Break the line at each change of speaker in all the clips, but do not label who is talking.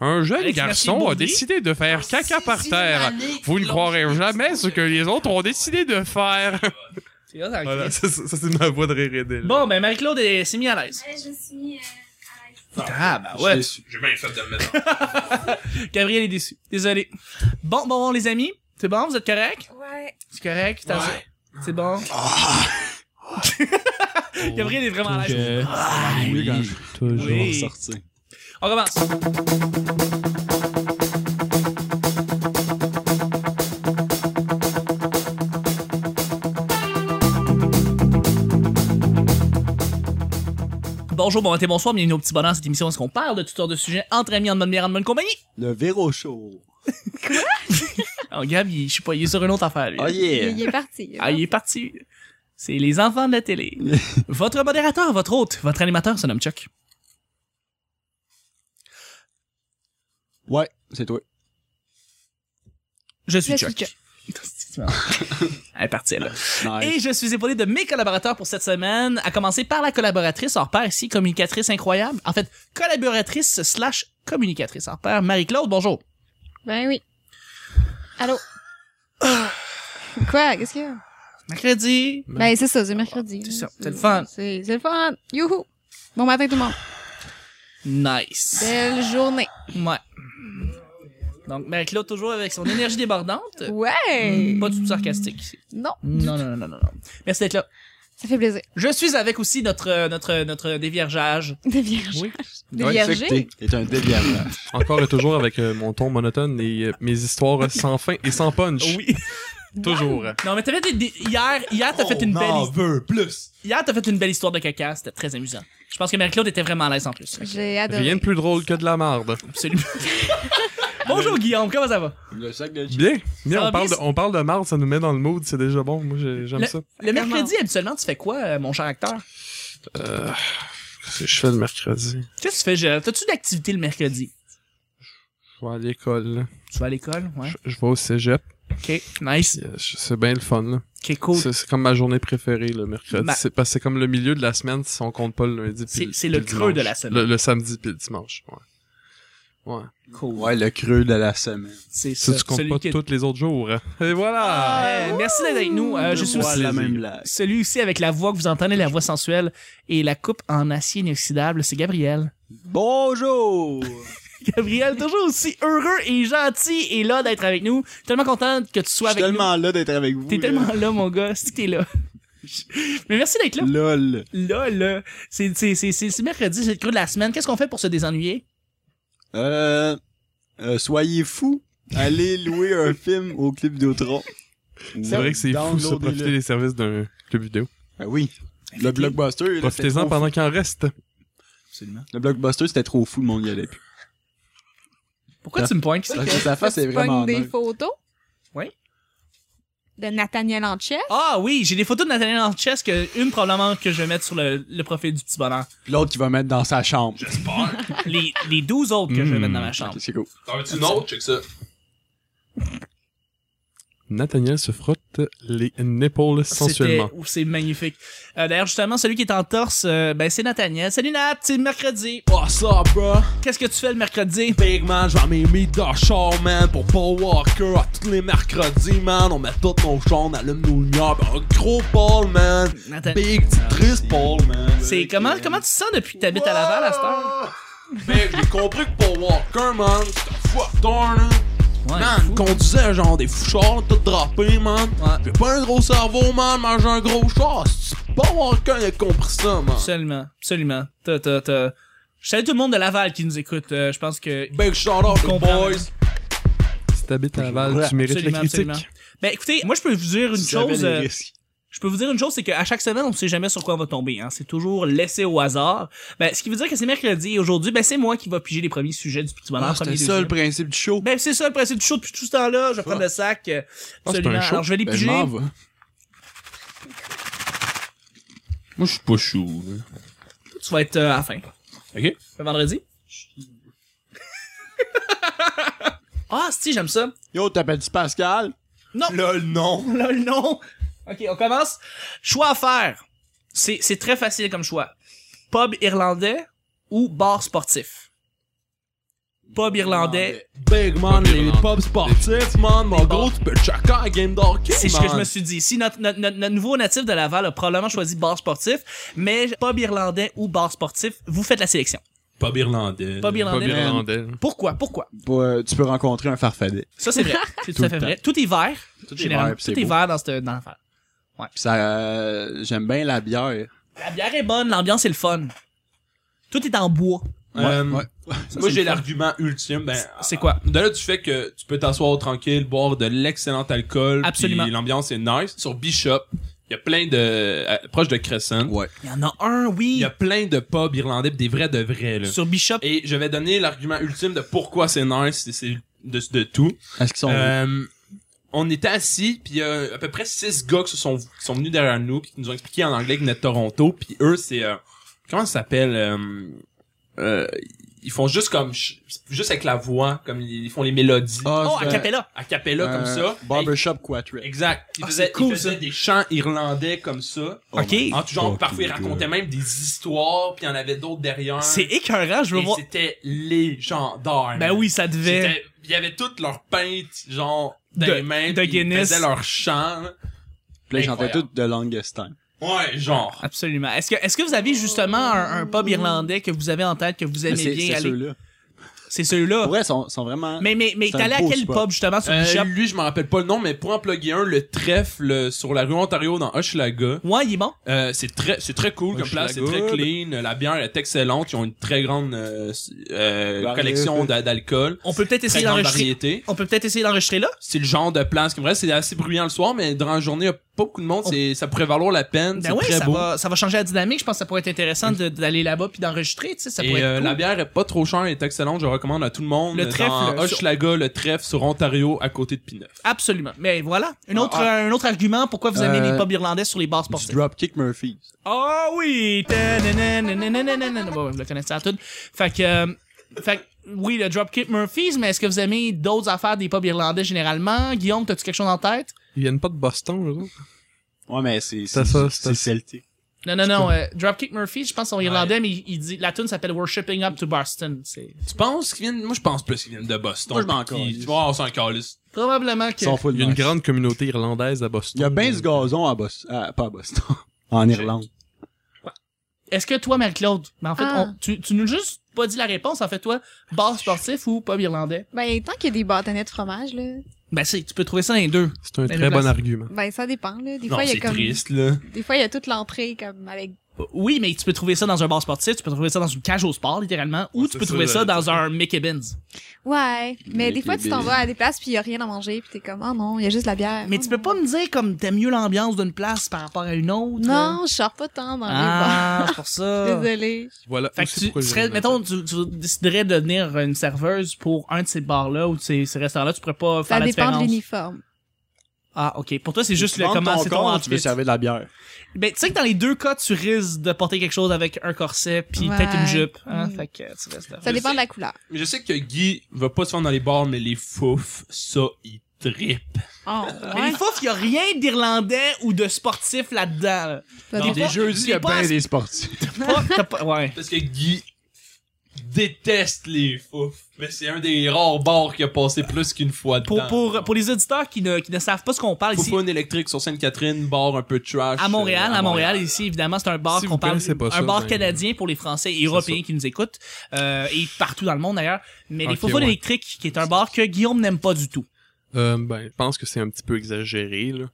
Un jeune
Alex
garçon a
Mercier-Bournier?
décidé de faire
Ah,
caca par terre. Vous ne croirez jamais ce que les autres ont décidé de faire.
C'est hot, hein,
Voilà,
Chris.
ça, ça, ça, c'est ma voix de rire aidée, là.
Bon, ben Marie-Claude elle s'est mise à l'aise.
Ouais, je me suis mis euh, à l'aise.
Ah, bah
Je suis
ouais.
déçu.
J'ai bien fait de me mettre
Gabriel est déçu. Désolé. Bon, bon, bon, les amis. C'est bon, vous êtes correct?
Ouais. Ah.
C'est correct? t'as- C'est bon. Gabriel est vraiment à l'aise.
Oui, quand
Toujours.
Oui.
je vais ressortir.
On commence. Bonjour, bon matin, bonsoir, bienvenue au petit bonheur. Cette émission, où est-ce qu'on parle de toutes sortes de sujets entre amis, en bonne bière, en bonne compagnie?
Le Véro Show.
Oh, Gab, il, je sais pas, il est sur une autre affaire, lui.
Oh yeah.
Ah, Il est parti.
Ah, il est parti. C'est les enfants de la télé. votre modérateur, votre hôte, votre animateur se nomme Chuck.
Ouais, c'est toi.
Je suis
Je suis
Chuck.
Chuck.
Elle est partie, là.
Nice.
Et je suis épaulé de mes collaborateurs pour cette semaine, à commencer par la collaboratrice hors pair ici, communicatrice incroyable. En fait, collaboratrice slash communicatrice hors pair, Marie-Claude, bonjour.
Ben oui. Allô? Quoi? Qu'est-ce qu'il y a?
Mercredi.
Ben, c'est ça, c'est mercredi.
C'est ça, c'est le fun.
C'est c'est le fun. Youhou! Bon matin tout le monde.
Nice.
Belle journée.
Ouais. Donc, Marie-Claude, toujours avec son énergie débordante.
Ouais!
Euh, Pas du tout sarcastique. ici.
Non,
Non, non, non, non, non. non. Merci d'être là.
ça fait plaisir.
Je suis avec aussi notre, euh, notre, notre déviergeage.
Des vierges.
Oui.
Des
Ouais,
vierges.
C'est que t'es- t'es un déviable.
Encore et toujours avec euh, mon ton monotone et euh, mes histoires sans fin et sans punch.
Oui.
Toujours.
Non, mais t'as fait des- des- hier, hier, t'as fait une belle,
On en veut plus.
hier, t'as fait une belle histoire de caca. C'était très amusant. Je pense que Marie-Claude était vraiment à l'aise en plus.
J'ai adoré.
Rien de plus drôle que de la marde.
Absolument. Bonjour Guillaume, comment ça va?
Le sac de chips.
Bien,
Ça
bien,
va
on parle,
bien,
de, on parle de marde, ça nous met dans le mood, c'est déjà bon. Moi, j'ai- j'aime ça.
Le
Comment?
mercredi, habituellement, tu fais quoi, euh, mon cher acteur?
Qu'est-ce que je fais le mercredi?
Qu'est-ce que tu fais, Gérald? T'as-tu d'activité le mercredi?
Je vais à l'école, là.
Tu vas à l'école? Ouais.
Je- je vais au cégep.
Ok, nice.
Yeah, je- C'est bien le fun, là.
Ok, cool.
C'est c'est comme ma journée préférée, le mercredi.
Ma-
C'est parce que c'est comme le milieu de la semaine si on compte pas le lundi. puis
C'est- c'est le
puis
creux
dimanche.
de la semaine.
Le, le samedi puis le dimanche, ouais. Ouais.
Cool.
Ouais, le creux de la semaine.
C'est
Si
ça.
tu comptes
celui
pas
qui-
tous les autres jours. hein. Ah! Et voilà!
Euh, merci d'être avec nous. Euh, je suis
Voilà
aussi
la
plaisir.
même blague.
celui aussi avec la voix que vous entendez, la voix sensuelle et la coupe en acier inoxydable, c'est Gabriel.
Bonjour.
Gabriel, toujours aussi heureux et gentil et là d'être avec nous. Je suis tellement content que tu
Je
sois avec
suis
nous.
tellement là d'être avec vous. euh,
T'es
là.
tellement là, mon gars. C'est que t'es là. Mais merci d'être là.
Lol.
Là, là. C'est, c'est, c'est, c'est, c'est mercredi, c'est le creux de la semaine. Qu'est-ce qu'on fait pour se désennuyer?
Euh, euh, soyez fous. Allez louer un film au Club Vidéotron.
C'est vrai que c'est fou, ça, profiter des services d'un club vidéo.
Ah oui. Le blockbuster. là, c'était
Profitez-en
trop
pendant qu'il en reste.
Absolument. Le blockbuster, c'était trop fou, le monde y allait plus.
Pourquoi tu me pointes?
Parce que sa face est
Tu
vraiment
pognes des
neutre.
photos?
Oui.
De Nathaniel Anchel?
Ah oui, j'ai des photos de Nathalie Lanches que une probablement que je vais mettre sur le, le profil du petit bonheur.
Puis L'autre qui va mettre dans sa chambre.
J'espère.
Les, les 12 autres que je vais
Mm.
mettre dans ma chambre.
Ok, C'est cool.
T'en veux-tu une autre? Check ça.
Nathaniel se frotte les épaules sensuellement.
C'était- oh, C'est magnifique. Euh, D'ailleurs, justement, celui qui est en torse, euh, ben, c'est Nathaniel. Salut Nat, c'est mercredi.
What's up, bro?
Qu'est-ce que tu fais le mercredi?
Big man, je mes meet de show, man, pour Paul Walker à tous les mercredis, man. On met tout nos on allume nos lumières, ben, un gros Paul, man.
Nathan-
Big, triste Paul, man.
C'est comment, comment tu te sens depuis que t'habites à Laval à cette heure?
Mec, Ben, j'ai compris que Paul Walker, man, c'est un fuckton, là.
Ouais,
Man,
fou.
il conduisait genre des fouchards, là, tout drapé, man.
Ouais.
J'ai pas un gros cerveau, man, mange un gros char. C'est pas Walker, il a compris ça, man.
Absolument, absolument. T'as, t'as, t'as- Je salue tout le monde de Laval qui nous écoute. euh, je pense que.
Big shout out,
Comprends.
les boys. Si t'habites à Laval, tu mérites la
Absolument,
critique.
absolument. Ben écoutez, moi je peux vous dire une
Tu savais
chose.
les
euh,
risques.
je peux vous dire une chose, c'est qu'à chaque semaine, on sait jamais sur quoi on va tomber. Hein. C'est toujours laissé au hasard. Ben, ce qui veut dire que c'est mercredi et aujourd'hui, ben c'est moi qui va piger les premiers sujets du petit bonheur.
Ah,
premier,
C'était ça le
deuxième.
principe du show.
Ben, c'est ça le principe du show depuis tout ce temps-là. Je vais prendre le sac. euh,
Ah, c'est
absolument.
un show.
Alors, je vais les
Ben, je
piger.
m'en vais.
Moi, je suis pas chou. là.
tu vas être euh, à la fin.
Ok.
Le vendredi. ah, si, j'aime ça.
Yo, t'appelles-tu Pascal?
Non.
Lol, non.
Là, non. OK, on commence. Choix à faire. C'est, c'est très facile comme choix. Pub irlandais ou bar sportif. pub irlandais.
Big man,
Big
les
man.
pubs sportifs, man. Mon
bars.
gros, tu peux checker à game d'hockey,
C'est ce
man.
que je me suis dit. Si notre, notre, notre- notre nouveau natif de Laval a probablement choisi bar sportif, mais pub irlandais ou bar sportif, vous faites la sélection.
Pub
Pub
irlandais.
Pas
irlandais.
irlandais.
Pourquoi? Pourquoi?
Pour, euh, tu peux rencontrer un farfadet.
Ça, c'est vrai. C'est tout, à fait
le temps.
vrai. Tout est vert.
Tout est
généralement.
vert, puis c'est
tout est
beau.
vert dans, cette, dans l'affaire.
Puis ça, euh, j'aime bien la bière.
La bière est bonne, l'ambiance est le fun. Tout est en bois.
Euh,
Ouais. Ça,
Moi,
c'est
j'ai
le fun.
l'argument ultime. Ben,
C'est quoi?
De là, du fait que tu peux t'asseoir tranquille, boire de l'excellent alcool.
Absolument.
Puis l'ambiance est nice. Sur Bishop, il y a plein de. euh, proche de Crescent.
Ouais.
Il y en a un,
Il
oui.
y a plein de pubs irlandais, pis des vrais de vrais, là.
Sur Bishop.
Et je vais donner l'argument ultime de pourquoi c'est nice, c'est- c'est de, de tout.
Est-ce qu'ils sont.
Euh, on était assis, puis il y a à peu près six gars qui, se sont, qui sont venus derrière nous, puis qui nous ont expliqué en anglais qu'ils venaient de Toronto, puis eux, c'est... euh, comment ça s'appelle euh, euh, Ils font juste comme... ch- Juste avec la voix, comme ils font les mélodies.
Ah,
Oh,
c'est,
à Capella.
A cappella, comme
euh,
ça.
Barbershop Quatric.
Et- exact. Ils
Ah,
faisaient,
c'est cool,
ils faisaient
ça.
des chants irlandais comme ça.
Oh
OK.
my
En tout genre,
fucking
parfois, ils
God.
racontaient même des histoires, puis il y en avait d'autres derrière.
C'est écœurant, je veux
Et
voir.
c'était légendaire.
Ben oui, ça devait.
C'était- Il y avait toutes leurs peintes, genre, dans
De-
les mains,
de
puis
Guinness.
Ils faisaient leur chant.
Puis là, ils chantaient
Incroyable.
tout de longest time.
Ouais, genre.
Absolument. Est-ce que, est-ce que vous avez justement un, un pub irlandais que vous avez en tête, que vous aimez
Mais Ben, C'est
bien
c'est
aller?
ceux-là.
C'est celui-là.
Pour vrai, ils sont, sont vraiment.
Mais, mais, mais
C'est un
t'es allé à
beau
quel
spot.
pub, justement, sur
Euh,
Bishop?
lui, je m'en rappelle pas le nom, mais pour en plugger un, le trèfle euh, sur la rue Ontario dans Hochelaga,
Ouais, il est bon.
euh, c'est très, c'est très cool comme place, c'est très
Hochelaga.
clean, la bière est excellente, ils ont une très grande euh, s- euh,
Variété.
collection d'a- d'alcool,
On peut peut-être
très
essayer
grande
d'enregistrer.
variété.
On peut peut-être essayer d'enregistrer là.
C'est le genre de place qui me reste, c'est assez bruyant le soir, mais durant la journée, il y a pas beaucoup de monde,
On-
c'est, ça pourrait valoir la peine,
Ben
c'est
oui,
très
ça
beau.
va, ça va changer la dynamique. Je pense que ça pourrait être intéressant de- d'aller là-bas puis d'enregistrer, tu sais, ça pourrait
Et
être
euh,
cool.
la bière est pas trop chère, elle est excellente, je recommande à tout le monde.
Le trèfle,
Dans
sur-
Hochelaga, le trèfle sur Ontario, à côté de Pineuf.
Absolument. Mais voilà, un autre, un autre argument pourquoi vous aimez
Ah, Euh,
les pubs irlandais sur les bars
Du
sportifs.
Dropkick Murphys.
Ah oui! Ta-na-na-na-na-na-na-na. Bon, vous le connaissez à tout. Fait que, euh, fait que, oui, le Dropkick Murphys, mais est-ce que vous aimez d'autres affaires des pubs irlandais généralement? Guillaume, t'as-tu quelque chose en tête?
Ils viennent pas de Boston, eux autres?
Ouais, mais c'est.
C'est ça, c'est
C'est
ça.
Celtic.
Non, non, non. euh, Dropkick Murphys, je pense, sont irlandais, mais il, il dit, la tune s'appelle Worshipping Up to Boston. C'est
Tu penses qu'ils viennent, moi je pense plus qu'ils viennent de Boston.
Moi, je m'en
Puis,
calisse.
Tu vois, on s'en calisse.
probablement
Ils
que.
sont full
Il y a une
nice.
grande communauté irlandaise à
Il
Boston.
y a bien du gazon à Boston. Ah, pas à Boston. en Irlande.
Est-ce que toi, Marie-Claude, mais en fait,
Ah.
on- tu, tu nous as juste pas dit la réponse, en fait, toi, bar sportif ou pub irlandais?
Ben, tant qu'il y a des bâtonnets de fromage, là,
Ben, c'est, tu peux trouver ça dans les deux.
C'est un
Ben,
très
le
bon
place-
argument.
ben, ça dépend, là. Des
Non,
fois, il y
c'est
a comme.
triste, là.
Des fois, il y a toute l'entrée, comme, avec.
Oui, mais tu peux trouver ça dans un bar sportif, tu peux trouver ça dans une cage au sport, littéralement, ou
Ouais,
tu
c'est
peux
ça,
trouver
la-
ça dans un Mickey Benz.
Ouais. Mais
Mais
des fois,
les
tu t'en
bébés.
vas à des places, puis il y a rien à manger, puis t'es comme, oh non, il y a juste la bière.
Mais
Oh
tu peux
non.
pas me dire comme t'aimes mieux l'ambiance d'une place par rapport à une autre. là.
Non, je sors pas tant dans
Ah, c'est pour ça.
les bars. Désolée.
Voilà.
Fait
aussi
que tu,
pourquoi
tu
je
serais,
viens de
mettons, tu, tu déciderais de devenir une serveuse pour un de ces bars-là ou de ces, ces restaurants-là, tu pourrais pas faire
Ça
la
dépend
différence.
de l'uniforme.
ah, ok. Pour toi, c'est juste
Tu
le
vends
comment
ton
c'est ton
corps ou Tu veux
outfit.
servir de la bière.
Ben, tu sais que dans les deux cas, tu risques de porter quelque chose avec un corset puis
Ouais.
peut-être une jupe. Hein?
Mm.
Fait que euh, tu restes là.
Ça
Je
dépend
sais.
de la couleur.
Mais je sais que Guy va pas se faire dans les bars, mais les fouf, ça, il trippe.
Oh,
Mais il faut qu'il y a rien d'irlandais ou de sportif là-dedans. là.
Ça
Non,
dépend-
Des pas-
jeudis, il y
des
a
pas-
bien des sportifs.
Pas- t'as pas- ouais.
Parce que Guy déteste les fouf. Mais c'est un des rares bars qui a passé plus qu'une fois dedans.
Pour, pour, pour les auditeurs qui ne, qui ne savent pas ce qu'on parle ici,
Foufoune électrique sur Sainte-Catherine, bar un peu trash.
Ah,
à Montréal,
euh,
à Montréal, ici, évidemment, c'est un bar
Si
qu'on
vous
parle,
connaissez pas
un
ça,
bar
ben,
canadien pour les Français et Européens qui nous écoutent, euh, et partout dans le monde d'ailleurs. Mais les
Ok,
Fofounes
ouais.
électriques, qui est un bar que Guillaume n'aime pas du tout.
Euh, ben, je pense que c'est un petit peu exagéré, là.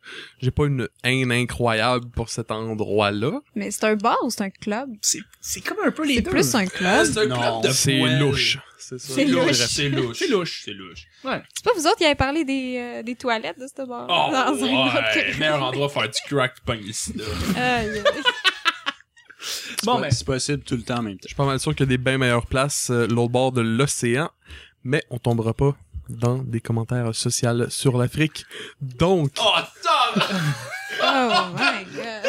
J'ai pas une haine incroyable pour cet endroit-là.
Mais c'est un bar ou c'est un club?
C'est, c'est comme un peu les
C'est
deux.
plus un club.
Euh, C'est un
Non,
club de
C'est
poêle.
louche. C'est ça.
C'est
je
louche.
dirais.
C'est louche. C'est louche. C'est louche.
C'est pas vous autres qui avez parlé des, euh, des toilettes de ce bar?
Oh,
Dans un autre
ouais.
club.
Meilleur endroit pour faire du crack pis pogner ici, là.
Aïe, aïe.
Bon,
Ouais,
ben,
C'est possible tout le temps en même
Je
temps.
suis pas mal sûr qu'il y a des bien meilleures places euh, l'autre bord de l'océan, mais on tombera pas dans des commentaires sociaux sur l'Afrique. Donc,
Oh, Tom!
Oh my god.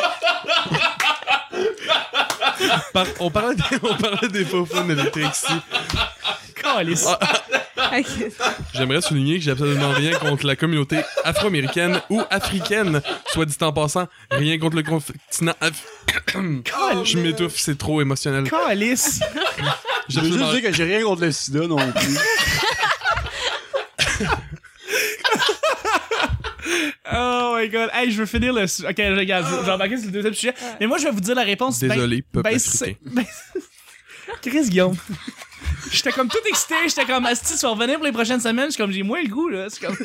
ben,
par- on, parlait des, on parlait des faux électriques ici.
câlisse.
Ok.
J'aimerais souligner que j'ai absolument rien contre la communauté afro-américaine ou africaine, soit dit en passant, rien contre le continent af- Je m'étouffe, c'est trop émotionnel.
Calice!
Je veux juste dire que j'ai rien contre le sida non plus.
Oh my god. Hey, je veux finir le. su- Ok, regarde, je- je vais embarquer sur le deuxième sujet. Mais moi, je vais vous dire la réponse. ben-
Désolé, peuple
ben,
africain.
c'est- ben, Chris Guillaume. J'étais comme tout excité, j'étais comme Asti, tu vas revenir pour les prochaines semaines. Je suis comme, j'ai moins le goût, là. C'est comme.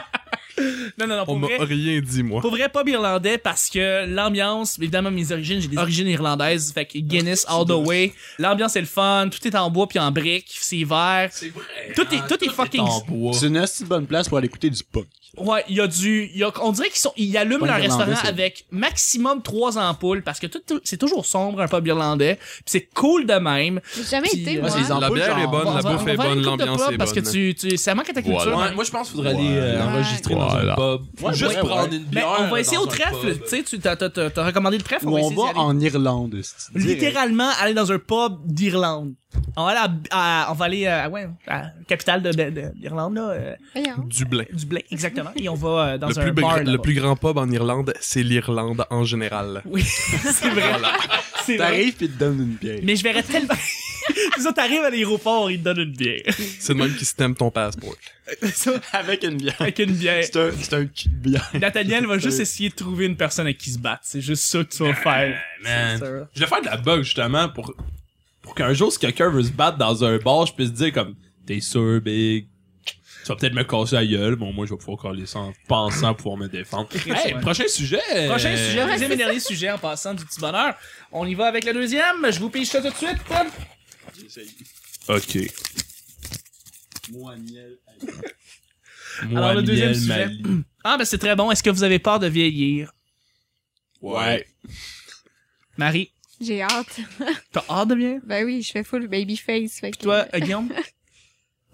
non, non, non, pour
On m'a
vrai.
rien dit, moi.
Pour vrai, pop irlandais parce que l'ambiance, évidemment, mes origines, j'ai des origines irlandaises, fait que Guinness
Ah,
all the way. L'ambiance est le fun, tout est en bois puis en briques, c'est vert.
C'est vrai. Ah,
Tout est, tout est fucking.
en bois.
C'est une assez bonne place pour aller écouter du punk.
Ouais, il y a du. il Y a, on dirait qu'ils sont, ils allument
Pas
leur
irlandais,
restaurant
ça.
avec maximum trois ampoules parce que tout, tout- c'est toujours sombre, un pub irlandais. Puis c'est cool de même.
J'ai jamais
Puis,
été,
ouais,
moi. hein.
c'est les
La
ampoules,
bière
genre,
est
On
bonne, la
va- on va-
bouffe
on
est
va aller
bonne,
une coupe de
l'ambiance
pub
est
Parce que
bonne.
tu, tu, ça manque à ta culture.
Ouais, moi, je pense qu'il faudrait aller euh,
Ouais.
enregistrer
Voilà.
dans un pub.
Ouais,
Juste
ouais,
prendre
ouais.
une
Ben,
bière.
on va essayer
dans
au
un
trèfle.
pub.
Tu sais, tu t'as, t'as- t'as- t'as recommandé le trèfle.
Ou on
essayer d'y
va
aller.
en Irlande, c'est
littéralement aller dans un pub d'Irlande. On va aller à, à- on va aller à, ouais, à la capitale de, de- de- d'Irlande, là, euh,
Voyons.
Dublin.
du blé, exactement. Et on va euh, dans
Le
un
plus, big-
bar.
le
là-bas.
plus grand pub en Irlande, c'est l'Irlande en général.
Oui, c'est vrai. C'est vrai.
T'arrives pis te donnes une bière.
Mais je verrais tellement. C'est ça, t'arrives à l'aéroport, ils te donnent une bière.
C'est le même qui stem ton passeport.
Ça, Eh.
Avec une bière.
Avec une bière.
C'est un, c'est un cul de bière.
Nathalie, elle va juste essayer de trouver une personne à qui se battre. C'est juste ça que tu vas faire.
Man.
C'est ça.
Je vais faire de la bug, justement, pour, pour qu'un jour, si quelqu'un veut se battre dans un bar, je puisse dire comme, t'es sûr, big. Tu vas peut-être me casser la gueule, bon, moi, je vais pouvoir coller ça en pensant pouvoir me défendre. hey,
Ouais.
prochain sujet!
Prochain sujet,
Euh,
deuxième et dernier sujet en passant du petit bonheur. On y va avec le deuxième. Je vous pige ça tout de suite.
Ok.
Moi, miel.
Moi,
Alors, le deuxième
Miel,
sujet.
Mali.
Ah, ben c'est très bon. Est-ce que vous avez peur de vieillir?
Ouais.
Marie,
J'ai hâte.
t'as hâte de vieillir?
Ben oui, je fais full baby face. Fait que...
Toi, euh, Guillaume?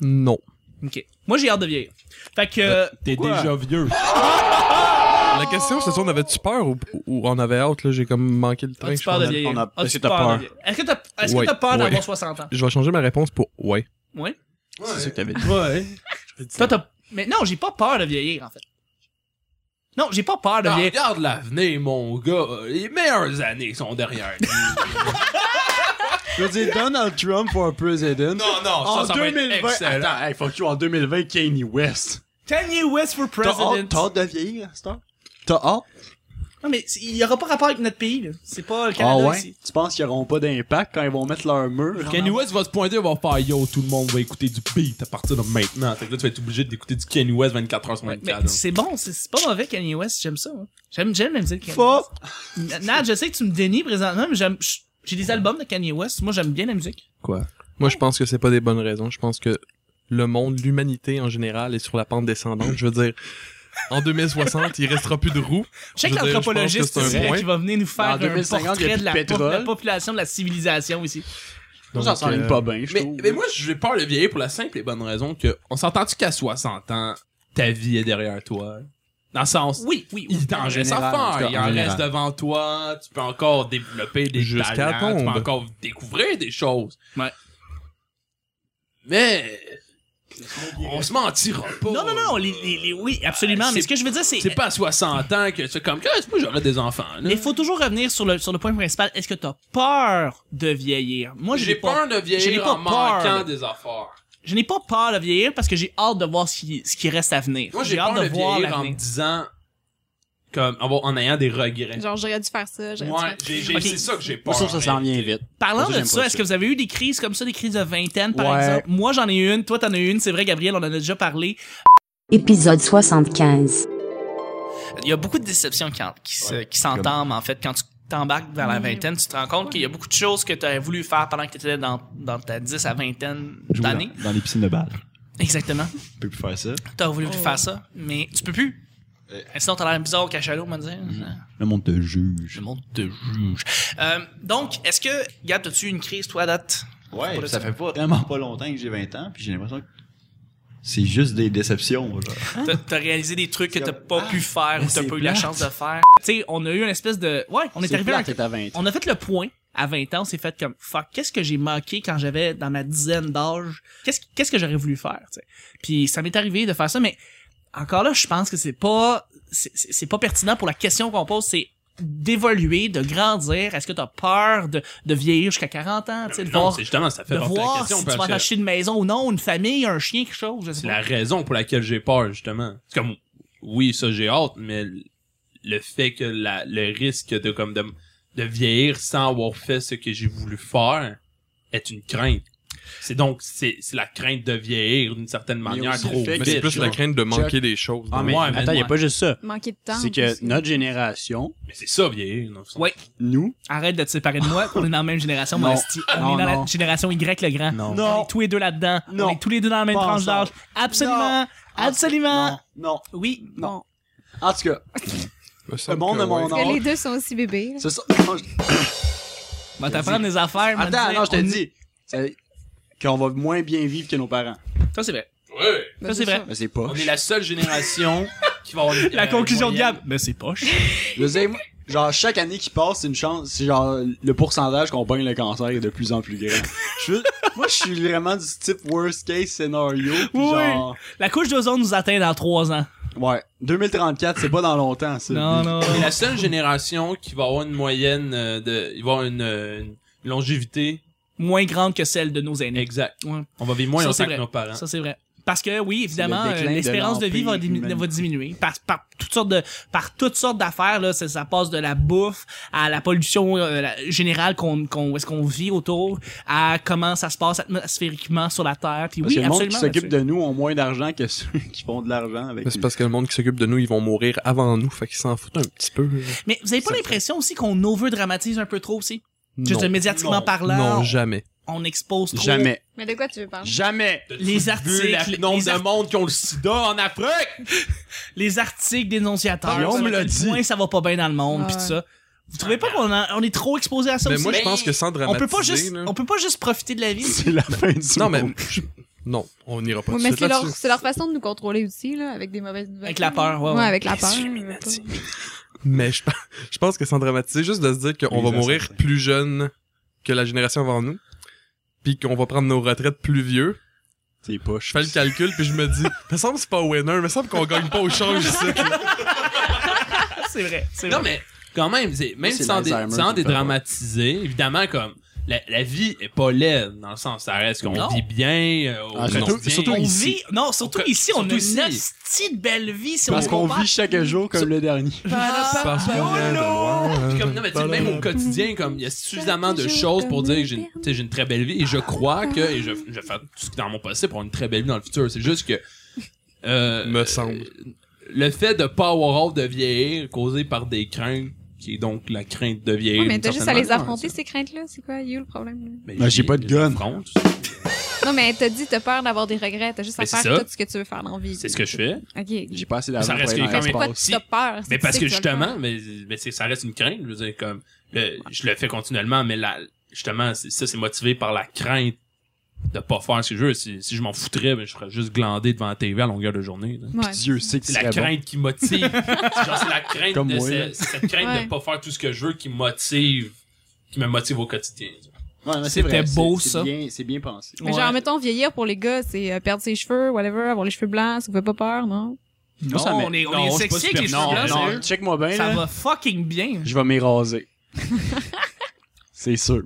Non.
Ok. Moi, j'ai hâte de vieillir. Fait que... euh,
T'es
Quoi?
déjà vieux.
La question, c'est si on avait-tu peur ou, ou on avait hâte, là, j'ai comme manqué le train.
As-tu
je
peur
pense.
de vieillir?
on a-
As-tu
est-ce que t'as
de
peur?
vieillir? Est-ce que t'as est-ce que
Ouais,
t'as peur d'avoir
ouais.
60 ans?
Je vais changer ma réponse pour ouais.
Oui.
C'est ça que t'avais dit.
Ouais.
Toi, t'as... Mais non, j'ai pas peur de vieillir, en fait. Non, j'ai pas peur de
Ah,
vieillir.
regarde l'avenir, mon gars. Les meilleures années sont derrière nous.
Je veux dire, Donald Trump for president.
non, non,
en
ça, ça
2020.
va être excellent.
Attends, hey, fuck you, en 2020, Kanye West.
Kanye West for
T'as hâte, t'as hâte de vieillir, Star? T'as hâte?
Non, mais c'est- il y aura pas rapport avec notre pays, là. C'est pas le Canada
ah ouais?
ici.
Tu penses qu'ils auront pas d'impact quand ils vont mettre leur mur?
Kanye West va se pointer, va faire yo, tout le monde va écouter du beat à partir de maintenant. Fait que là, tu vas être obligé d'écouter du Kanye West 24h sur
Mais
24.
c'est bon, c'est, c'est pas mauvais Kanye West, j'aime ça. moi. J'aime, j'aime la musique de Kanye
Fuck.
West. Nad, je sais que tu me dénies présentement, mais j'aime, ch- j'ai des albums de Kanye West, moi j'aime bien la musique.
Moi, je pense que c'est pas des bonnes raisons. Je pense que le monde, l'humanité en général, est sur la pente descendante. Je veux dire, en 2060, il restera plus de roues. Je veux
Check
dire,
l'anthropologiste
je pense que c'est un
ici,
point.
qui va venir nous faire
En
un
2050, il y a
portrait
plus
de la,
de pétrole.
la population, de la civilisation ici.
Moi, ça
Donc,
s'en ligne
euh,
pas bien, je
Mais,
trouve.
mais moi, j'ai peur de vieillir pour la simple et bonne raison que, on s'entend-tu qu'à 60 ans, ta vie est derrière toi? Dans le sens,
Oui, oui, Euh, oui.
il t'en reste à
général, en tout
faire,
cas,
il
en
en
général.
reste devant toi, tu peux encore développer des
Jusqu'à
talents, tu peux
tombe.
encore découvrir des choses.
Ouais.
Mais, on se mentira pas.
Non, non, non, les, les- les- oui, absolument.
Ah,
mais
c'est-
ce que je veux dire, c'est.
C'est pas à 60 ans que c'est comme, Ah, c'est moi j'aurais des enfants, là.
Il faut toujours revenir sur le, sur le point principal. Est-ce que t'as peur de vieillir? Moi, je
J'ai
n'ai pas-
peur de
je n'ai
vieillir
pas peur.
en manquant des affaires.
Je n'ai pas peur de vieillir parce que j'ai hâte de voir ce qui, ce qui reste à venir.
Moi, j'ai
hâte
peur de
de voir
vieillir en me
l'avenir.
disant, comme, en, en ayant des regrets.
euh, Genre, j'aurais dû faire ça. j'aurais dû
Ouais,
faire ça.
j'ai- j'ai-
Ok.
c'est ça que j'ai
Moi,
peur.
je trouve que ça s'en vient vite.
Parlant
Ça,
de
j'aime
ça,
pas
est-ce
ça.
que vous avez eu des crises comme ça, des crises de vingtaine, par
Ouais.
exemple? Moi, j'en ai une. Toi, t'en as une. C'est vrai, Gabriel, on en a déjà parlé.
Épisode 75.
Il y a beaucoup de déceptions quand- qui, se- qui s'entament, en fait. Quand tu t'embarques dans la vingtaine, tu te rends compte qu'il y a beaucoup de choses que tu aurais voulu faire pendant que tu étais dans, dans ta 10 à vingtaine d'années.
Dans les piscines de balle.
Exactement.
Tu peux plus faire ça.
T'as voulu faire ça, mais tu peux plus.
Euh.
Sinon, t'as l'air bizarre au cachalot, on va dire.
Le monde te juge.
Le monde te juge. Euh, donc, est-ce que, Gab, t'as-tu eu une crise, toi, à date?
Ouais,
Pour le
ça
temps.
fait pas vraiment pas longtemps que j'ai 20 ans, puis j'ai l'impression que c'est juste des déceptions. Là.
T'as- T'as réalisé des trucs que t'as pas pu faire ou
ah, mais
t'as
c'est
pas eu la
plate.
chance de faire? Tu sais, on a eu une espèce de... Ouais, on est, arrivé à un-
à 20
On a fait le point à 20 ans, on s'est fait comme fuck, qu'est-ce que j'ai manqué quand j'avais dans ma dizaine d'âge Qu'est-ce qu'est-ce que j'aurais voulu faire, tu sais? Puis ça m'est arrivé de faire ça mais encore là, je pense que c'est pas c'est- c'est c'est pas pertinent pour la question qu'on pose, c'est d'évoluer, de grandir, est-ce que t'as peur de, de vieillir jusqu'à 40 ans, tu sais, de
Non,
voir,
c'est justement, ça fait
de
partie de la
voir
question.
si tu
parce
vas
que
t'acheter une maison ou non, une famille, un chien, quelque chose, je sais
C'est
pas.
la raison pour laquelle j'ai peur, justement. C'est comme, oui, ça, j'ai hâte, mais le fait que la, le risque de, comme, de, de vieillir sans avoir fait ce que j'ai voulu faire est une crainte. C'est donc, c'est, c'est la crainte de vieillir d'une certaine manière
aussi le
trop
fait
vite.
Mais c'est plus la
genre.
crainte de manquer des choses.
Ah, mais, mais-
Attends, il n'y a pas juste ça.
Manquer de temps.
C'est que
aussi.
notre génération,
mais c'est ça, vieillir. dans le fond.
Ouais.
nous,
Arrête de te séparer de moi, on est dans la même génération,
Non.
mon esti. On
Non,
est dans
non.
la génération Y, le grand.
Non.
On est tous les deux là-dedans.
Non.
On est tous les deux dans la même
Pas
tranche d'âge.
ensemble.
Absolument. Ah, Absolument.
Non, non.
Oui.
Non. En tout cas,
Il me semble
le monde
que
de mon
ouais.
Parce que
Non.
les deux sont aussi bébés. là.
c'est ça. Non, je-
On va t'apprendre des affaires. me
Attends,
dire,
non, je te
on-
dis. c'est Qu'on va moins bien vivre que nos parents.
Ça, c'est vrai.
Ouais.
Ça, c'est vrai.
Ben, c'est pas.
On est la seule génération qui va avoir une-
La
euh,
conclusion de
moyenne.
Gab. Mais c'est poche.
Je veux dire, genre, chaque année qui passe, c'est une chance. C'est genre, le pourcentage qu'on pogne le cancer est de plus en plus grand. Je veux- moi, je suis vraiment du type worst case scénario. puis
Oui.
Genre,
La couche d'ozone nous atteint dans trois ans.
ouais. 2034, c'est pas dans longtemps, ça.
Non, non.
On est la seule génération qui va avoir une moyenne euh, de, il va avoir une, euh, une longévité
Moins grande que celle de nos aînés.
exacte.
Ouais.
On va vivre moins
Ça,
longtemps
c'est
que
vrai.
nos parents.
Ça, c'est vrai. Parce que, oui, évidemment,
C'est le
euh,
déclin de
l'espérance de, vie va,
l'empire
dimi-
humain.
va diminuer. Par, par toutes sortes de, par toutes sortes d'affaires, là, ça, ça passe de la bouffe à la pollution euh, la- générale qu'on, qu'on, où est-ce qu'on vit autour, à comment ça se passe atmosphériquement sur la Terre. Puis
Parce
oui,
que le monde qui
absolument.
s'occupe
là-dessus.
de nous ont moins d'argent que ceux qui font de l'argent avec
Mais c'est
nous.
parce que le monde qui s'occupe de nous, ils vont mourir avant nous, fait qu'ils s'en foutent un petit peu.
Mais vous avez pas
Ça
l'impression aussi qu'on over-dramatise un peu trop aussi? Juste
non,
médiatiquement
Non.
parlant,
non,
on-
jamais.
on expose trop.
Jamais.
hein.
Mais de quoi tu veux parler?
Jamais.
Les articles,
Vu la-
les-
le nombre
les
de
art-
monde qui ont le sida en Afrique.
les articles dénonciateurs.
Guillaume
sur
l'a
à quel
dit.
point ça va pas bien dans le monde
Ouais.
puis tout ça. Vous trouvez pas qu'on en- on est trop exposé à ça
Ben,
Mais
aussi?
moi, je pense que sans
on
dramatiser...
peut pas juste
là-
on peut pas juste profiter de la vie.
C'est la fin du
Non, mais...
monde.
je- Non, on n'ira pas
Ouais,
tout de
mais
suite
c'est leur,
là-dessus.
c'est leur façon de nous contrôler aussi, là, avec des mauvaises nouvelles.
Avec la peur, ouais,
Ouais,
ouais.
avec la peur.
Mais je, je pense que sans dramatiser, juste de se dire qu'on va
Les
mourir
assassins.
plus jeune que la génération avant nous, puis qu'on va prendre nos retraites plus vieux.
C'est poche.
Je fais le calcul, puis je me dis, me semble que c'est pas winner, me semble qu'on gagne pas au change ici.
Ah, c'est vrai, c'est
Non
vrai.
mais quand même, c'est- même
c'est
sans, dé-
l'Alzheimer
sans
qui me fait
dédramatiser, évidemment comme la, la vie est pas laide dans le sens ça reste qu'on
Non.
vit bien. euh, au
Ah, surtout-
quotidien.
surtout
on
ici.
vit non, surtout
Surtout
ici on a
ici.
une petite belle vie si
Parce
on
qu'on
compare.
vit chaque jour comme le dernier.
Parce qu'on vient de loin.
Puis
Mhm.
comme non mais tu sais, même au quotidien comme il y a suffisamment de choses pour dire que j'ai une, tu sais, j'ai une très belle vie et je crois que et je, je vais faire tout ce qui est dans mon possible pour avoir une très belle vie dans le futur. C'est juste que euh,
Me semble.
le fait de pas avoir hâte de vieillir causé par des craintes qui est donc la crainte de vieillir.
Ouais, mais
d'une
t'as juste à
certaine
les
manière, hein,
affronter,
ça.
ces craintes-là. C'est quoi, You, le problème? là?
Ben,
Ben, j'ai pas de
les
gun.
affronte.
Non, mais t'as dit, t'as peur d'avoir des regrets. T'as juste à
Mais c'est
faire
ça.
tout ce que tu veux faire dans la vie.
C'est ce que je fais.
OK.
J'ai pas assez
Ça
d'argent pour
reste
aller
que
dans
quand même-
l'espace.
Pourquoi tu t'as peur? si
Mais
tu
parce
sais
que
tu vas le faire?
justement, mais, mais c'est- ça reste une crainte. Je veux dire, comme, le- je le fais continuellement, mais là, justement, c'est- ça, c'est motivé par la crainte de pas faire ce que je veux. Si, si je m'en foutrais, ben, je ferais juste glander devant la TV à longueur de journée. là.
Ouais.
Dieu sait que
C'est
serait
la
bon.
crainte qui motive. C'est genre, c'est la crainte
Comme
de
moi,
ce-
là.
c'est cette crainte
Ouais.
de pas faire tout ce que je veux qui motive, qui me motive au quotidien.
Ouais, mais c'est
C'était
vrai, c'est-
beau,
c'est
ça.
bien- C'est bien pensé.
Mais
Ouais.
genre, mettons, vieillir pour les gars, c'est euh, perdre ses cheveux, whatever, avoir les cheveux blancs, ça vous fait pas peur, non?
Non,
ça m'est-
on est on
non,
est
je suis pas
sexy avec
super-
les
non,
cheveux blancs,
non,
sérieux.
Non, check-moi bien,
Ça
là.
va fucking bien.
Je vais m'éraser. c'est sûr.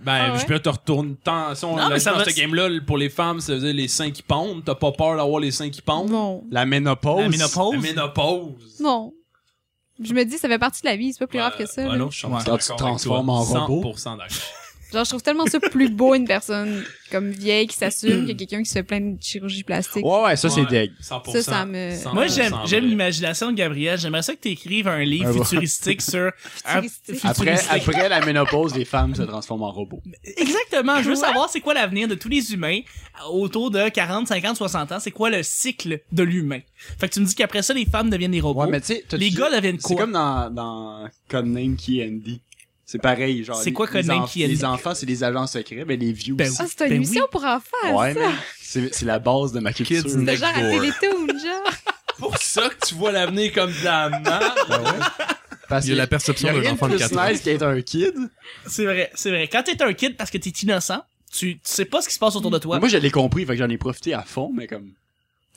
Ben,
Ah ouais?
je peux te retourner tant, si on
Non,
l'a
mais
dit
ça
dans
va-
ce game-là, pour les femmes, ça faisait les seins qui pendent. T'as pas peur d'avoir les seins qui pendent?
Non.
La ménopause.
La ménopause.
La ménopause.
Non. Je me dis, ça fait partie de la vie, c'est pas plus grave que ça.
Ouais,
là.
non, je suis
Ouais.
Quand tu te transformes en robot.
100% d'accord.
Genre, je trouve tellement ça plus beau une personne comme vieille qui s'assume que quelqu'un qui se plaint de chirurgie plastique.
Ouais, ouais, ça, c'est
Ouais.
deg.
100%.
Ça, ça me-
100%,
Moi, j'aime,
vrai.
j'aime l'imagination de Gabriel. J'aimerais ça que tu écrives un livre
Ah bon.
futuristique sur. un-
Futuristique.
Après,
futuristique.
après la ménopause, les femmes se transforment en robots.
Exactement. Je veux savoir c'est quoi l'avenir de tous les humains euh, autour de 40, 50, 60 ans. C'est quoi le cycle de l'humain? Fait que tu me dis qu'après ça, les femmes deviennent des robots.
Ouais, mais tu sais, t'as-
les
tu-
gars deviennent
Oh. C'est
quoi?
comme dans, dans Codename Key Andy. C'est pareil, genre.
C'est
les-
quoi
les
Codename
enf-
Key Andy?
Les enfants, c'est des agents secrets, mais les vieux
Ben
aussi.
Ah, c'est une
Ben
émission
oui.
pour enfants, Ah,
ouais,
ça.
mais c'est c'est la base de ma culture.
Kids next
C'est genre à
door.
Télétoon, genre.
pour ça que tu vois l'avenir comme de la merde.
Parce
Il y a la perception
y a
d'un
rien de
enfant de
plus
4 ans.
nice qu'être un kid.
C'est vrai, c'est vrai. Quand t'es un kid parce que t'es innocent, tu, tu sais pas ce qui se passe autour de toi.
Moi, je l'ai compris, fait que j'en ai profité à fond, mais comme.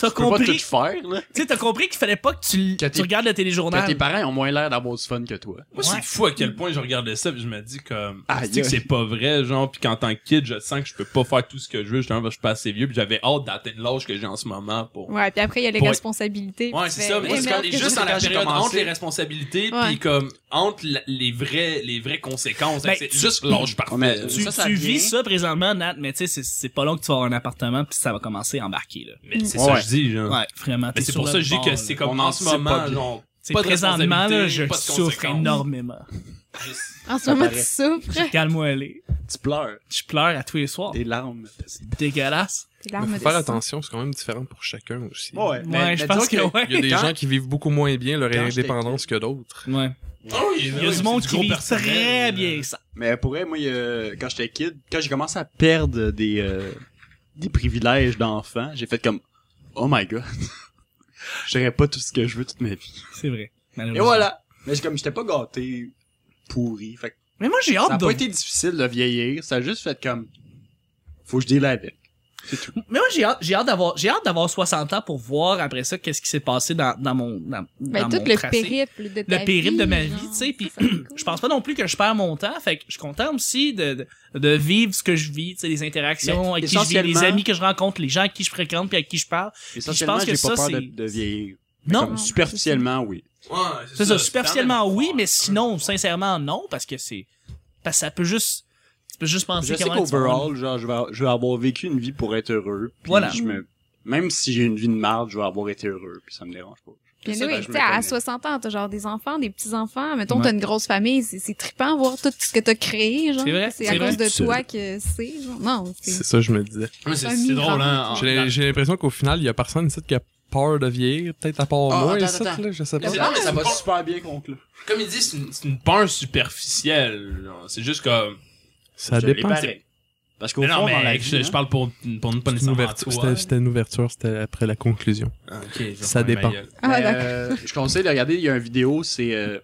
T'as
Tu peux pas tout
compris,
faire, là.
tu sais, t'as compris qu'il fallait pas que tu,
Que
tu
t'es-
regardes le
Que tes
téléjournal.
parents ont moins l'air d'avoir du fun que toi.
Ouais.
Moi, c'est fou à quel point je regardais ça puis je me dis comme
Aïe,
c'est que
aïe.
c'est pas vrai genre puis qu'en tant que kid, je sens que je peux pas faire tout ce que je veux, justement parce que je suis pas assez vieux puis j'avais hâte d'atteindre l'âge que j'ai en ce moment pour
Ouais, puis après, il y a les
Ouais.
responsabilités.
Ouais,
puis
c'est
tu
ça,
fais,
mais
eh,
c'est quand
merde,
les-
qu'est-ce
juste
que
à
j'ai
la
fait?
période
commencé.
entre les responsabilités
Ouais.
puis comme entre la- les vrais les vraies conséquences,
Ben,
Fait que c'est juste l'âge parfait.
mais-
Tu,
Ça, ça
tu
vient.
vis ça présentement, Nat, mais tu sais, c'est- c'est pas long que tu vas avoir un appartement puis ça va commencer à embarquer, là.
Mais c'est
Ouais.
ça que je dis genre.
Ouais, vraiment.
Mais
t'es
c'est
sur
pour
le
ça que je dis
bord,
que c'est
là.
comme
On en
en ce
sait pas
moment
bien.
genre
C'est
pas de
présentement, là,
responsabilité,
je
pas de
souffre
conséquences.
énormément.
Juste-
En ce moment,
paraît.
tu souffres.
Calme-moi aller.
Tu pleures.
Je pleure à tous les soirs.
Des larmes.
Dégueulasse.
Tes
Mais
larmes
faut
de
faire
sang.
attention, c'est quand même différent pour chacun aussi.
Ouais,
Ouais, je pense que, ouais.
Il y a des
Quand-
gens qui vivent beaucoup moins bien leur
Quand j'étais
indépendance que d'autres.
Ouais.
Ah
Il y a du monde qui vit
euh,
très bien ça.
Mais pour vrai, moi, il y a- quand j'étais kid, quand j'ai commencé à perdre des, euh, des privilèges d'enfant, j'ai fait comme Oh my god, j'aurais pas tout ce que je veux toute ma vie.
C'est vrai.
Et voilà! Mais j'ai- comme j'étais pas gâté, pourri. Fait que
Mais moi, j'ai
ça a
hâte de...
pas été difficile de vieillir, ça a juste fait comme Faut que je deal avec.
Mais moi, j'ai hâte, j'ai hâte d'avoir, j'ai hâte d'avoir 60 ans pour voir après ça qu'est-ce qui s'est passé dans, dans mon, dans,
Ben,
dans
tout
mon
le
tracé.
périple de ta
Le
vie.
périple de ma vie,
genre,
tu sais, puis
ça, c'est cool.
je pense pas non plus que je perds mon temps. Fait que je suis content aussi de, de, de vivre ce que je vis, tu sais, les interactions
Mais
avec qui je vis, les
essentiellement-
amis que je rencontre, les gens à qui je fréquente puis à qui je parle.
Essentiellement,
pense que
j'ai
ça,
pas peur de,
c'est-
de vieillir.
Non,
Comme superficiellement, oui.
Ouais,
c'est ça, superficiellement oui, mais sinon, sincèrement, non, parce que c'est, parce que ça peut juste, tu peux juste penser
Je sais
qu'à un moment, tu vas avoir
qu'overall, genre, je vais, je vais avoir vécu une vie pour être heureux. puis
Voilà.
je me- Même si j'ai une vie de merde, je vais avoir été heureux, puis ça me dérange pas.
Puis
Ça,
anyway,
ben, je
tu
me
sais, à
connais.
60 ans, t'as genre des enfants, des petits-enfants. Mettons,
Ouais.
t'as une grosse famille. C'est, c'est trippant voir tout ce que t'as créé, genre.
C'est vrai,
C'est
c'est
à
vrai.
cause de
Tout
toi que c'est, genre. Non, c'est...
C'est ça, je me disais.
Ouais, C'est
Famille
c'est drôle,
Ah,
hein.
grande.
J'ai j'ai l'impression qu'au final, il y a personne ici qui a peur de vieillir, peut-être à part
Ah,
moi,
attends,
ici,
attends.
là, je sais pas.
Mais c'est- non, mais ça va
super bien conclure.
Comme il dit, c'est une, c'est une peur superficielle. genre. C'est juste comme.
Ça dépend.
Parce qu'au
Mais
fond,
non,
dans la
mais
vie,
je,
hein,
je parle pour, pour ne
C'était
pas
une
nécessairement
ouverture,
toi.
c'était- c'était une ouverture, c'était après la conclusion.
Ah, ok, je vais
Ça
fermer ma
dépend.
gueule.
Ah,
mais,
d'accord.
euh, je conseille de regarder, il y a une vidéo, c'est euh,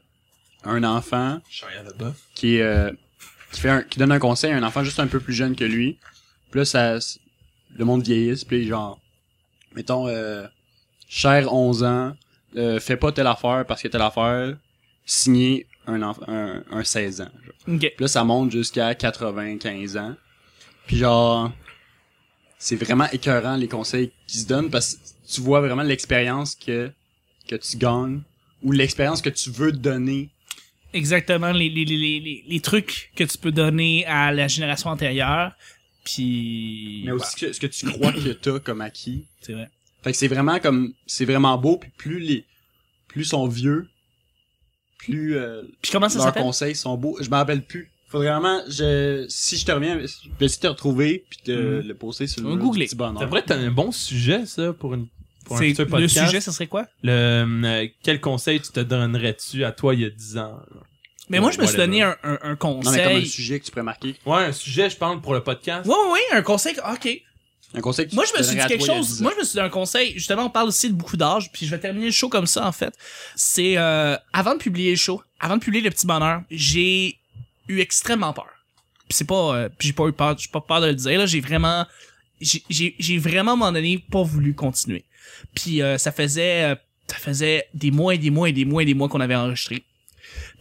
un enfant
Je suis rien là-bas.
qui, euh, qui, fait un- qui donne un conseil à un enfant juste un peu plus jeune que lui. Puis là, ça, le monde vieillisse, puis genre, mettons, euh, cher 11 ans, euh, fais pas telle affaire parce que telle affaire, signé un, enf- un, un 16 ans.
une- Ok.
Puis là, ça monte jusqu'à 95 ans. Puis genre, c'est vraiment écœurant les conseils qu'ils se donnent parce que tu vois vraiment l'expérience que, que tu gagnes ou l'expérience que tu veux donner.
exactement les, les, les, les- les, les trucs que tu peux donner à la génération antérieure. Puis.
Mais aussi que- ce que tu crois que t'as comme acquis.
C'est vrai.
Fait que c'est vraiment comme, c'est vraiment beau puis plus les, plus ils sont vieux, plus euh,
Puis comment ça
leurs
s'appelle?
conseils sont beaux. Je m'en rappelle plus. Faudrait vraiment, je, si je te reviens, je vais essayer de te retrouver puis de le poster sur
Mm-hmm. On
le
va googler.
petit bonheur.
Ça pourrait être un bon sujet, ça, pour, une, pour un
C'est-
futur
le
podcast.
sujet, ce serait quoi?
Le, euh, quel conseil tu te donnerais-tu à toi il y a 10 ans? là?
Mais moi, je me suis
Whatever.
donné un, un, un
Non, mais comme un
conseil.
sujet que tu pourrais marquer.
Ouais, un sujet, je parle, pour le podcast.
Ouais, ouais, ouais, un conseil. OK.
Un conseil que tu
Moi, je me suis dit
donnerais à
quelque
toi il y a
chose.
10 ans.
Moi, je me suis dit un conseil. Justement, on parle aussi de beaucoup d'âge. Puis je vais terminer le show comme ça, en fait. C'est euh, avant de publier le show, avant de publier le petit bonheur, j'ai eu extrêmement peur. Puis c'est pas. euh, puis j'ai pas eu peur. J'ai pas peur de le dire. Là, j'ai vraiment. J'ai, j'ai j'ai vraiment, à un moment donné, pas voulu continuer. Puis euh, ça faisait. euh, ça faisait des mois et des mois et des mois et des mois qu'on avait enregistré.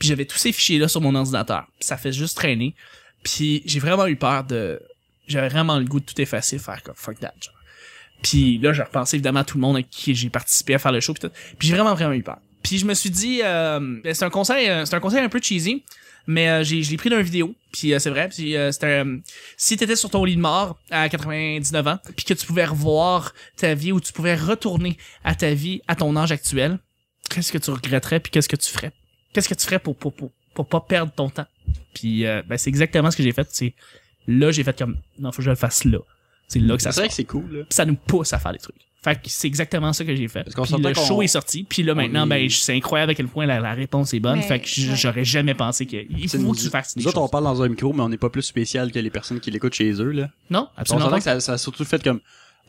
Puis j'avais tous ces fichiers-là sur mon ordinateur. Puis ça fait juste traîner. Puis j'ai vraiment eu peur de... J'avais vraiment le goût de tout effacer, faire comme fuck that. genre. Puis là, je repensais évidemment à tout le monde à qui j'ai participé à faire le show. Puis, tout. puis j'ai vraiment, vraiment eu peur. Puis je me suis dit, euh, ben, c'est un conseil, euh, c'est un conseil un peu cheesy, mais euh, j'ai, je l'ai pris d'une vidéo. Puis euh, c'est vrai, puis euh, c'était, euh, si t'étais sur ton lit de mort à 99 ans, puis que tu pouvais revoir ta vie ou tu pouvais retourner à ta vie à ton âge actuel, qu'est-ce que tu regretterais puis qu'est-ce que tu ferais Qu'est-ce que tu ferais pour pour pour pour pas perdre ton temps Puis euh, ben c'est exactement ce que j'ai fait. C'est là j'ai fait comme non faut que je le fasse là. C'est là que ça
C'est
se
vrai
passe.
que c'est cool, là.
Puis ça nous pousse à faire des trucs. Fait que c'est exactement ça que j'ai fait.
Parce qu'on
Puis
s'entend
le
qu'on-
show est sorti. Puis là, maintenant,
est-
ben, je- c'est incroyable à quel point la, la réponse est bonne.
Mais-
fait que j-
ouais.
j'aurais jamais pensé que il
C'est
faut
nous-
que tu fasses des
Nous autres, on
choses.
parle dans un micro, mais on n'est pas plus spécial que les personnes qui l'écoutent chez eux, là.
Non,
On
absolument
s'entend
pas.
que ça, ça a Ah, surtout fait comme,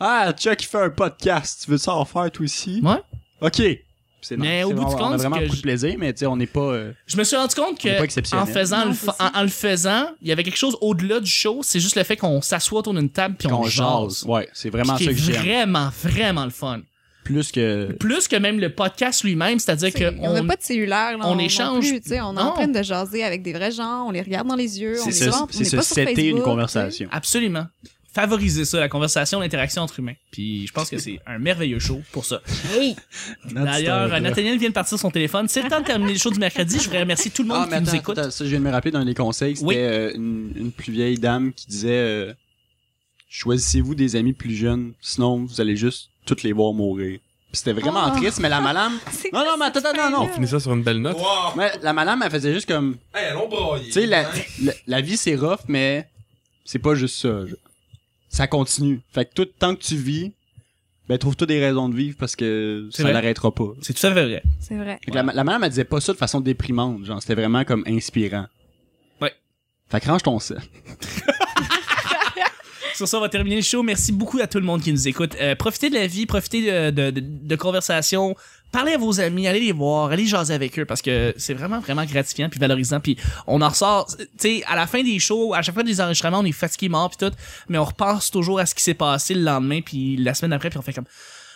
ah, Chuck, il fait un podcast, tu veux ça en faire, toi aussi?
Ouais.
Ok. Puis Puis c'est
Mais
nice.
au
C'est
bout du
vraiment- on a
compte,
vraiment
que
beaucoup
je-
de plaisir, mais tu sais, on n'est pas. euh,
Je me suis rendu compte
On est
que
pas exceptionnel.
en faisant
Non,
le
c'est
fa- en, en le faisant, il y avait quelque chose au-delà du show, c'est juste le fait qu'on s'assoit autour d'une table puis on,
qu'on
jase.
jase. Ouais, c'est vraiment
Qui
ça
est
que j'aime.
vraiment vraiment le fun.
Plus que.
Plus que même le podcast lui-même, c'est-à-dire
C'est-
que
on n'a pas de cellulaire, là,
on
non
échange.
plus, tu sais, on est
Non.
en train de jaser avec des vrais gens, on les regarde dans les yeux, on
C'est
est
ça,
pas- on
c'est
est
ça,
pas sur
c'était une
Facebook,
conversation.
absolument favoriser ça, la conversation, l'interaction entre humains. Puis je pense que c'est un merveilleux show pour ça. D'ailleurs, euh, Nathaniel vient de partir son téléphone. C'est le temps de terminer le show du mercredi. Je voudrais remercier tout le monde
Ah, mais
qui nous
attends,
écoute.
attends, ça, je viens de me rappeler d'un des conseils. C'était
Oui.
euh, une, une plus vieille dame qui disait euh, Choisissez-vous des amis plus jeunes, sinon vous allez juste toutes les voir mourir. Puis c'était vraiment
Ah.
triste, mais la madame.
tu sais.
Non, non, mais attends, attends, non,
On
Ah.
non.
finit ça sur une belle note.
Wow!
Mais la madame, elle faisait juste comme.
Hey, allons brailler.
Tu sais, la, la, la vie, c'est rough, mais c'est pas juste ça. genre. Ça continue. Fait que tout le temps que tu vis, ben, trouve-toi des raisons de vivre parce que
C'est
ça
vrai.
l'arrêtera pas.
C'est tout à fait vrai.
C'est vrai.
Fait que la, la madame, elle disait pas ça de façon déprimante. Genre, c'était vraiment comme inspirant.
Ouais.
Fait que range ton sel.
Sur ça, on va terminer le show. Merci beaucoup à tout le monde qui nous écoute. Euh, profitez de la vie, profitez de, de, de- de conversations. Parlez à vos amis, allez les voir, allez jaser avec eux parce que c'est vraiment, vraiment gratifiant puis valorisant. Puis on en ressort, tu sais, à la fin des shows, à chaque fois des enregistrements, on est fatigué, mort puis tout, mais on repense toujours à ce qui s'est passé le lendemain puis la semaine après puis on fait comme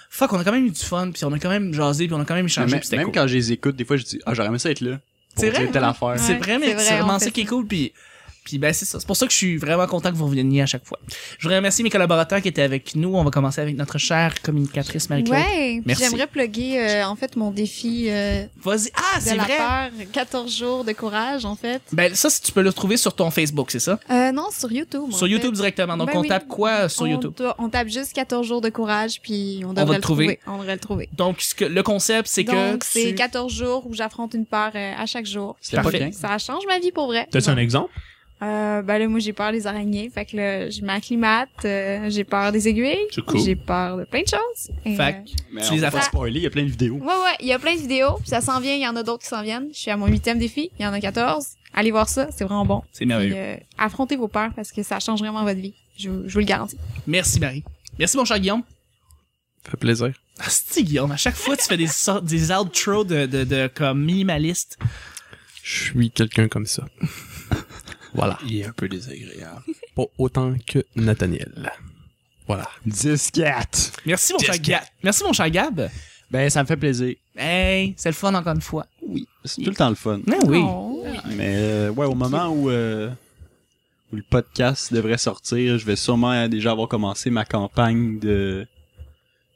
fuck, on a quand même eu du fun puis on a quand même jasé puis on a quand même échangé
même
puis c'était
même
cool.
quand je les écoute, des fois, je dis, ah, j'aurais aimé ça être là. pour
C'est
dire
vrai? hein?
Telle affaire.
C'est
Ouais,
vrai,
c'est
mais
vrai,
c'est vraiment
on
ça
fait
qui est
ça.
cool. Puis, puis ben, c'est ça. C'est pour ça que je suis vraiment content que vous reveniez à chaque fois. Je voudrais remercier mes collaborateurs qui étaient avec nous. On va commencer avec notre chère communicatrice Marie-Claude.
Ouais, puis
Merci.
j'aimerais plugger euh, en fait mon défi euh,
Vas-y. Ah,
de
c'est
la
vrai.
peur, 14 jours de courage en fait.
Ben, ça, si tu peux le trouver sur ton Facebook, c'est ça?
Euh, non, sur YouTube.
sur
en
YouTube
fait.
directement. Donc,
Ben
on
oui.
tape quoi sur
on
YouTube?
doit- on tape juste 14 jours de courage puis on devrait
va
le
le trouver.
trouver. On devrait le trouver.
Donc, ce que, le concept, c'est que.
Donc c'est
tu-
14 jours où j'affronte une peur euh, à chaque jour.
C'était
Parfait.
pas bien.
Ça change ma vie pour vrai.
T'as-tu un exemple?
Euh, ben là, moi, j'ai peur des araignées. Fait que là, je m'acclimate. euh, j'ai peur des aiguilles.
C'est cool.
J'ai peur de plein de choses. Et,
Fait
euh,
Mais
Tu
on
les
va
as
pas
fait-
spoiler, il y a plein de vidéos.
ouais, ouais, il y a plein de vidéos. Puis ça s'en vient. Il y en a d'autres qui s'en viennent. Je suis à mon huitième défi. Il y en a 14. Allez voir ça. C'est vraiment bon.
C'est
Ah
merveilleux.
Puis, euh, affrontez vos peurs parce que ça change vraiment votre vie. Je, vous- je vous le garantis.
Merci, Marie. Merci, mon cher Guillaume.
Fait plaisir.
Ah, c'est Guillaume. À chaque fois, tu fais des, sortes- des outros de, de, de, comme minimaliste.
Je suis quelqu'un comme ça. voilà.
Il est un peu désagréable.
Pas autant que Nathaniel. Voilà.
10-4.
Merci, mon cher Gab. Merci, mon cher Gab.
Ben, ça me fait plaisir.
Hey, c'est le fun encore une fois.
Oui. C'est tout le temps le fun.
Ah oui.
Oh.
Mais, euh, ouais, au moment où, euh, où le podcast devrait sortir, je vais sûrement déjà avoir commencé ma campagne de,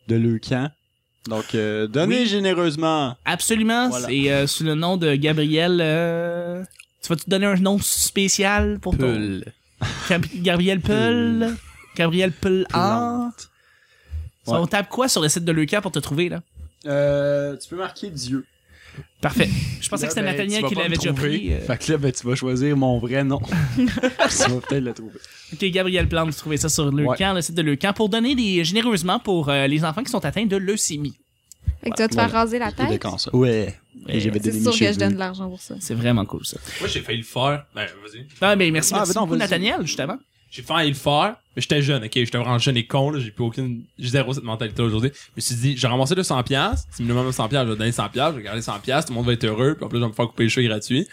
de Leucan. Donc, euh, donnez
Oui.
généreusement.
Absolument.
Voilà.
C'est euh, sous le nom de Gabriel. euh, Tu vas-tu te donner un nom spécial pour ton...
Peul.
Gab- Gabriel Peul. Gabriel Peul
Ah.
Hart.
Ouais.
On tape quoi sur le site de Leuca pour te trouver, là?
Euh, tu peux marquer Dieu.
Parfait. Je pensais
Là,
que c'était
ben, tu
Nathaniel
vas
qui
pas me
l'avait déjà
trouver.
pris. euh.
Fait que là, ben, tu vas choisir mon vrai nom. tu vas peut-être le trouver.
Ok, Gabriel Plante, vous trouvez ça sur le
Ouais.
camp, le site de le camp, pour donner des, généreusement pour euh, les enfants qui sont atteints de leucémie.
Fait que tu vas te faire raser la
Ou de
tête.
cancer. Ouais.
Ouais,
Et j'avais
C'est
donné mes
sûr que je
cheveux.
donne de l'argent pour ça.
C'est vraiment cool, ça.
Moi, j'ai failli le faire. Ben, vas-y.
Ah, mais merci,
Ah,
merci
ben non,
beaucoup,
vas-y.
Nathaniel, justement.
J'ai failli le faire, mais j'étais jeune, ok? J'étais vraiment jeune et con, là. J'ai plus aucune, j'ai zéro cette mentalité aujourd'hui. Je me suis dit, j'ai ramassé 200 piastres. C'est minimum 100 piastres. Je vais donner 100 piastres. Je vais garder 100 piastres. Tout le monde va être heureux. Puis en plus, je vais me faire couper les cheveux gratuits.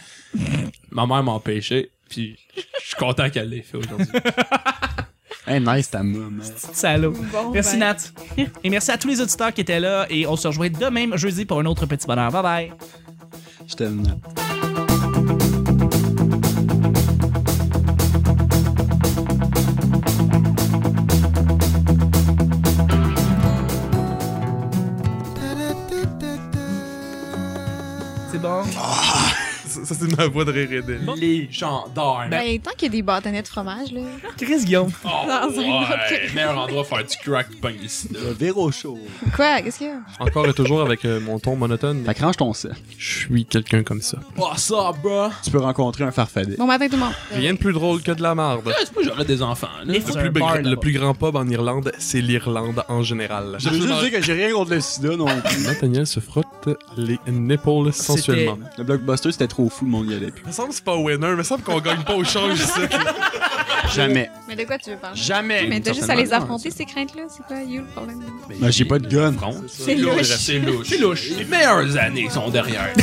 Ma mère m'a empêché. Puis je suis content qu'elle l'ait fait aujourd'hui.
Hey, nice ta mum. hein.
Salaud.
Bon,
Merci,
ben.
Nat. Et merci à tous les auditeurs qui étaient là. Et on se rejoint demain, jeudi, pour un autre petit bonheur. Bye bye.
Je t'aime.
C'est bon?
Ça, ça, c'est ma voix de rire aidée.
Légendaire.
Ben, tant qu'il y a des bâtonnets de fromage, là.
Chris Guillaume.
Oh,
Dans un
ouais. Meilleur endroit pour faire du crack punk ici.
Le Euh, véro chaud.
Quoi? Qu'est-ce qu'il y a?
Encore et toujours avec euh, mon ton monotone.
Fait que range ton sel.
Je suis quelqu'un comme ça.
What's up, Oh, bro?
Tu peux rencontrer un farfadet.
Bon matin, tout le monde.
Rien de plus drôle que de la marde.
C'est pas j'aurais des enfants, là.
Les
Le
fous-
plus,
bar,
gra- le
là-bas.
plus grand pub en Irlande, c'est l'Irlande en général.
Je veux juste dire que j'ai rien contre le sida non plus.
Nathaniel se frotte les nipples sensuellement.
C'était-
Le blockbuster, c'était trop fou, le monde y allait.
Ça me semble que c'est pas winner, mais ça me semble qu'on gagne pas au change ici.
Jamais.
Mais de quoi tu veux parler?
Jamais.
Mais t'as
Certainement.
juste à les affronter, ces craintes-là. C'est quoi, you, le problème?
Ben, j'ai pas de gun.
C'est louche.
C'est louche. Les meilleures années sont derrière.